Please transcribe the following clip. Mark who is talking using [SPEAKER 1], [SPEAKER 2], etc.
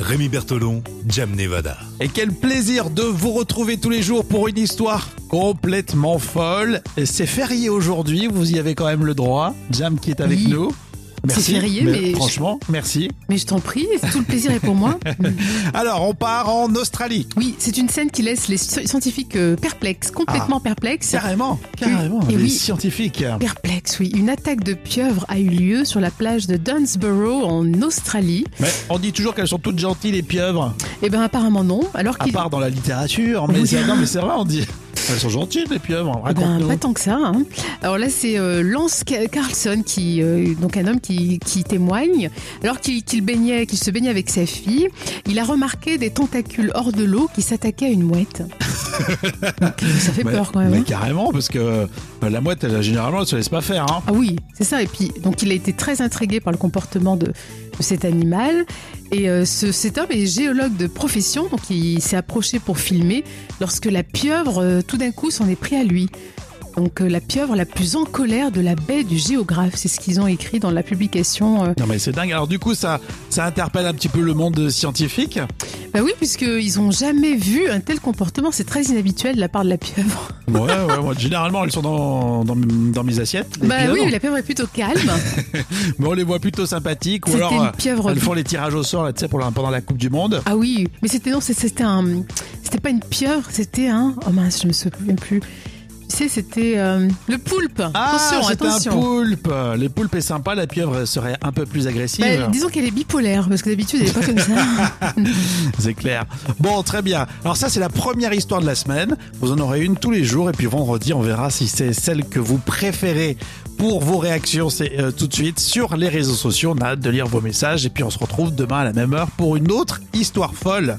[SPEAKER 1] Rémi Bertolon, Jam Nevada.
[SPEAKER 2] Et quel plaisir de vous retrouver tous les jours pour une histoire complètement folle. Et C'est férié aujourd'hui, vous y avez quand même le droit. Jam qui est avec
[SPEAKER 3] Oui.
[SPEAKER 2] nous. Merci.
[SPEAKER 3] C'est férié, mais-
[SPEAKER 2] Franchement, merci.
[SPEAKER 3] Mais je t'en prie, tout le plaisir est pour moi.
[SPEAKER 2] Alors, on part en Australie.
[SPEAKER 3] Oui, c'est une scène qui laisse les sci- scientifiques euh, perplexes, complètement perplexes.
[SPEAKER 2] Carrément, carrément,
[SPEAKER 3] Et
[SPEAKER 2] les
[SPEAKER 3] oui.
[SPEAKER 2] scientifiques.
[SPEAKER 3] Perplexe, oui. Une attaque de pieuvres a eu lieu sur la plage de Dunsborough en Australie.
[SPEAKER 2] Mais on dit toujours qu'elles sont toutes gentilles, les pieuvres.
[SPEAKER 3] Eh bien, apparemment non. Alors
[SPEAKER 2] À
[SPEAKER 3] qu'il.
[SPEAKER 2] part dans la littérature, mais
[SPEAKER 3] Oui.
[SPEAKER 2] c'est non, mais c'est vrai, on dit. Elles sont gentilles, les pieuvres.
[SPEAKER 3] Eh ben,
[SPEAKER 2] raconte-nous.
[SPEAKER 3] pas tant que ça. hein. Alors là, c'est euh, Lance Ca- Carlson, qui, euh, donc un homme qui, qui témoigne. Alors qu'il qu'il baignait, qu'il se baignait avec sa fille, il a remarqué des tentacules hors de l'eau qui s'attaquaient à une mouette. Donc, ça fait
[SPEAKER 2] Mais-
[SPEAKER 3] peur quand même.
[SPEAKER 2] Mais
[SPEAKER 3] hein.
[SPEAKER 2] carrément, parce que euh, la mouette, elle, généralement, elle se laisse pas faire. Hein.
[SPEAKER 3] Ah oui, c'est ça. Et puis, donc, il a été très intrigué par le comportement de, de cet animal. Et euh, ce, cet homme est géologue de profession, donc il s'est approché pour filmer lorsque la pieuvre, euh, tout d'un coup, s'en est pris à lui. Donc, euh, la pieuvre la plus en colère de la baie du géographe. C'est ce qu'ils ont écrit dans la publication. euh.
[SPEAKER 2] Non mais c'est dingue. Alors du coup ça ça interpelle un petit peu le monde scientifique.
[SPEAKER 3] Bah oui, puisqu'ils n'ont jamais vu un tel comportement. C'est très inhabituel de la part de la pieuvre.
[SPEAKER 2] Ouais ouais. ouais. Généralement elles sont dans dans, dans mes assiettes. les
[SPEAKER 3] bah
[SPEAKER 2] pieuvres.
[SPEAKER 3] oui, la pieuvre est plutôt calme.
[SPEAKER 2] Mais on les voit plutôt sympathiques ou
[SPEAKER 3] C'était
[SPEAKER 2] alors
[SPEAKER 3] une
[SPEAKER 2] euh,
[SPEAKER 3] pieuvre
[SPEAKER 2] elles font les tirages au sort là tu sais pour la- pendant la Coupe du Monde.
[SPEAKER 3] Ah oui, mais c'était non, c'est- c'était un, c'était pas une pieuvre, c'était un. Oh mince, je me souviens plus. Tu sais, c'était euh, le poulpe. attention,
[SPEAKER 2] Ah, c'est un
[SPEAKER 3] attention.
[SPEAKER 2] poulpe. Les poulpes est sympa, la pieuvre serait un peu plus agressive.
[SPEAKER 3] Bah, disons qu'elle est bipolaire parce que d'habitude elle est pas comme ça.
[SPEAKER 2] C'est clair. Bon, très bien. Alors ça, c'est la première histoire de la semaine. Vous en aurez une tous les jours et puis vendredi, on verra si c'est celle que vous préférez. Pour vos réactions, c'est euh, tout de suite sur les réseaux sociaux. On a hâte de lire vos messages et puis on se retrouve demain à la même heure pour une autre histoire folle.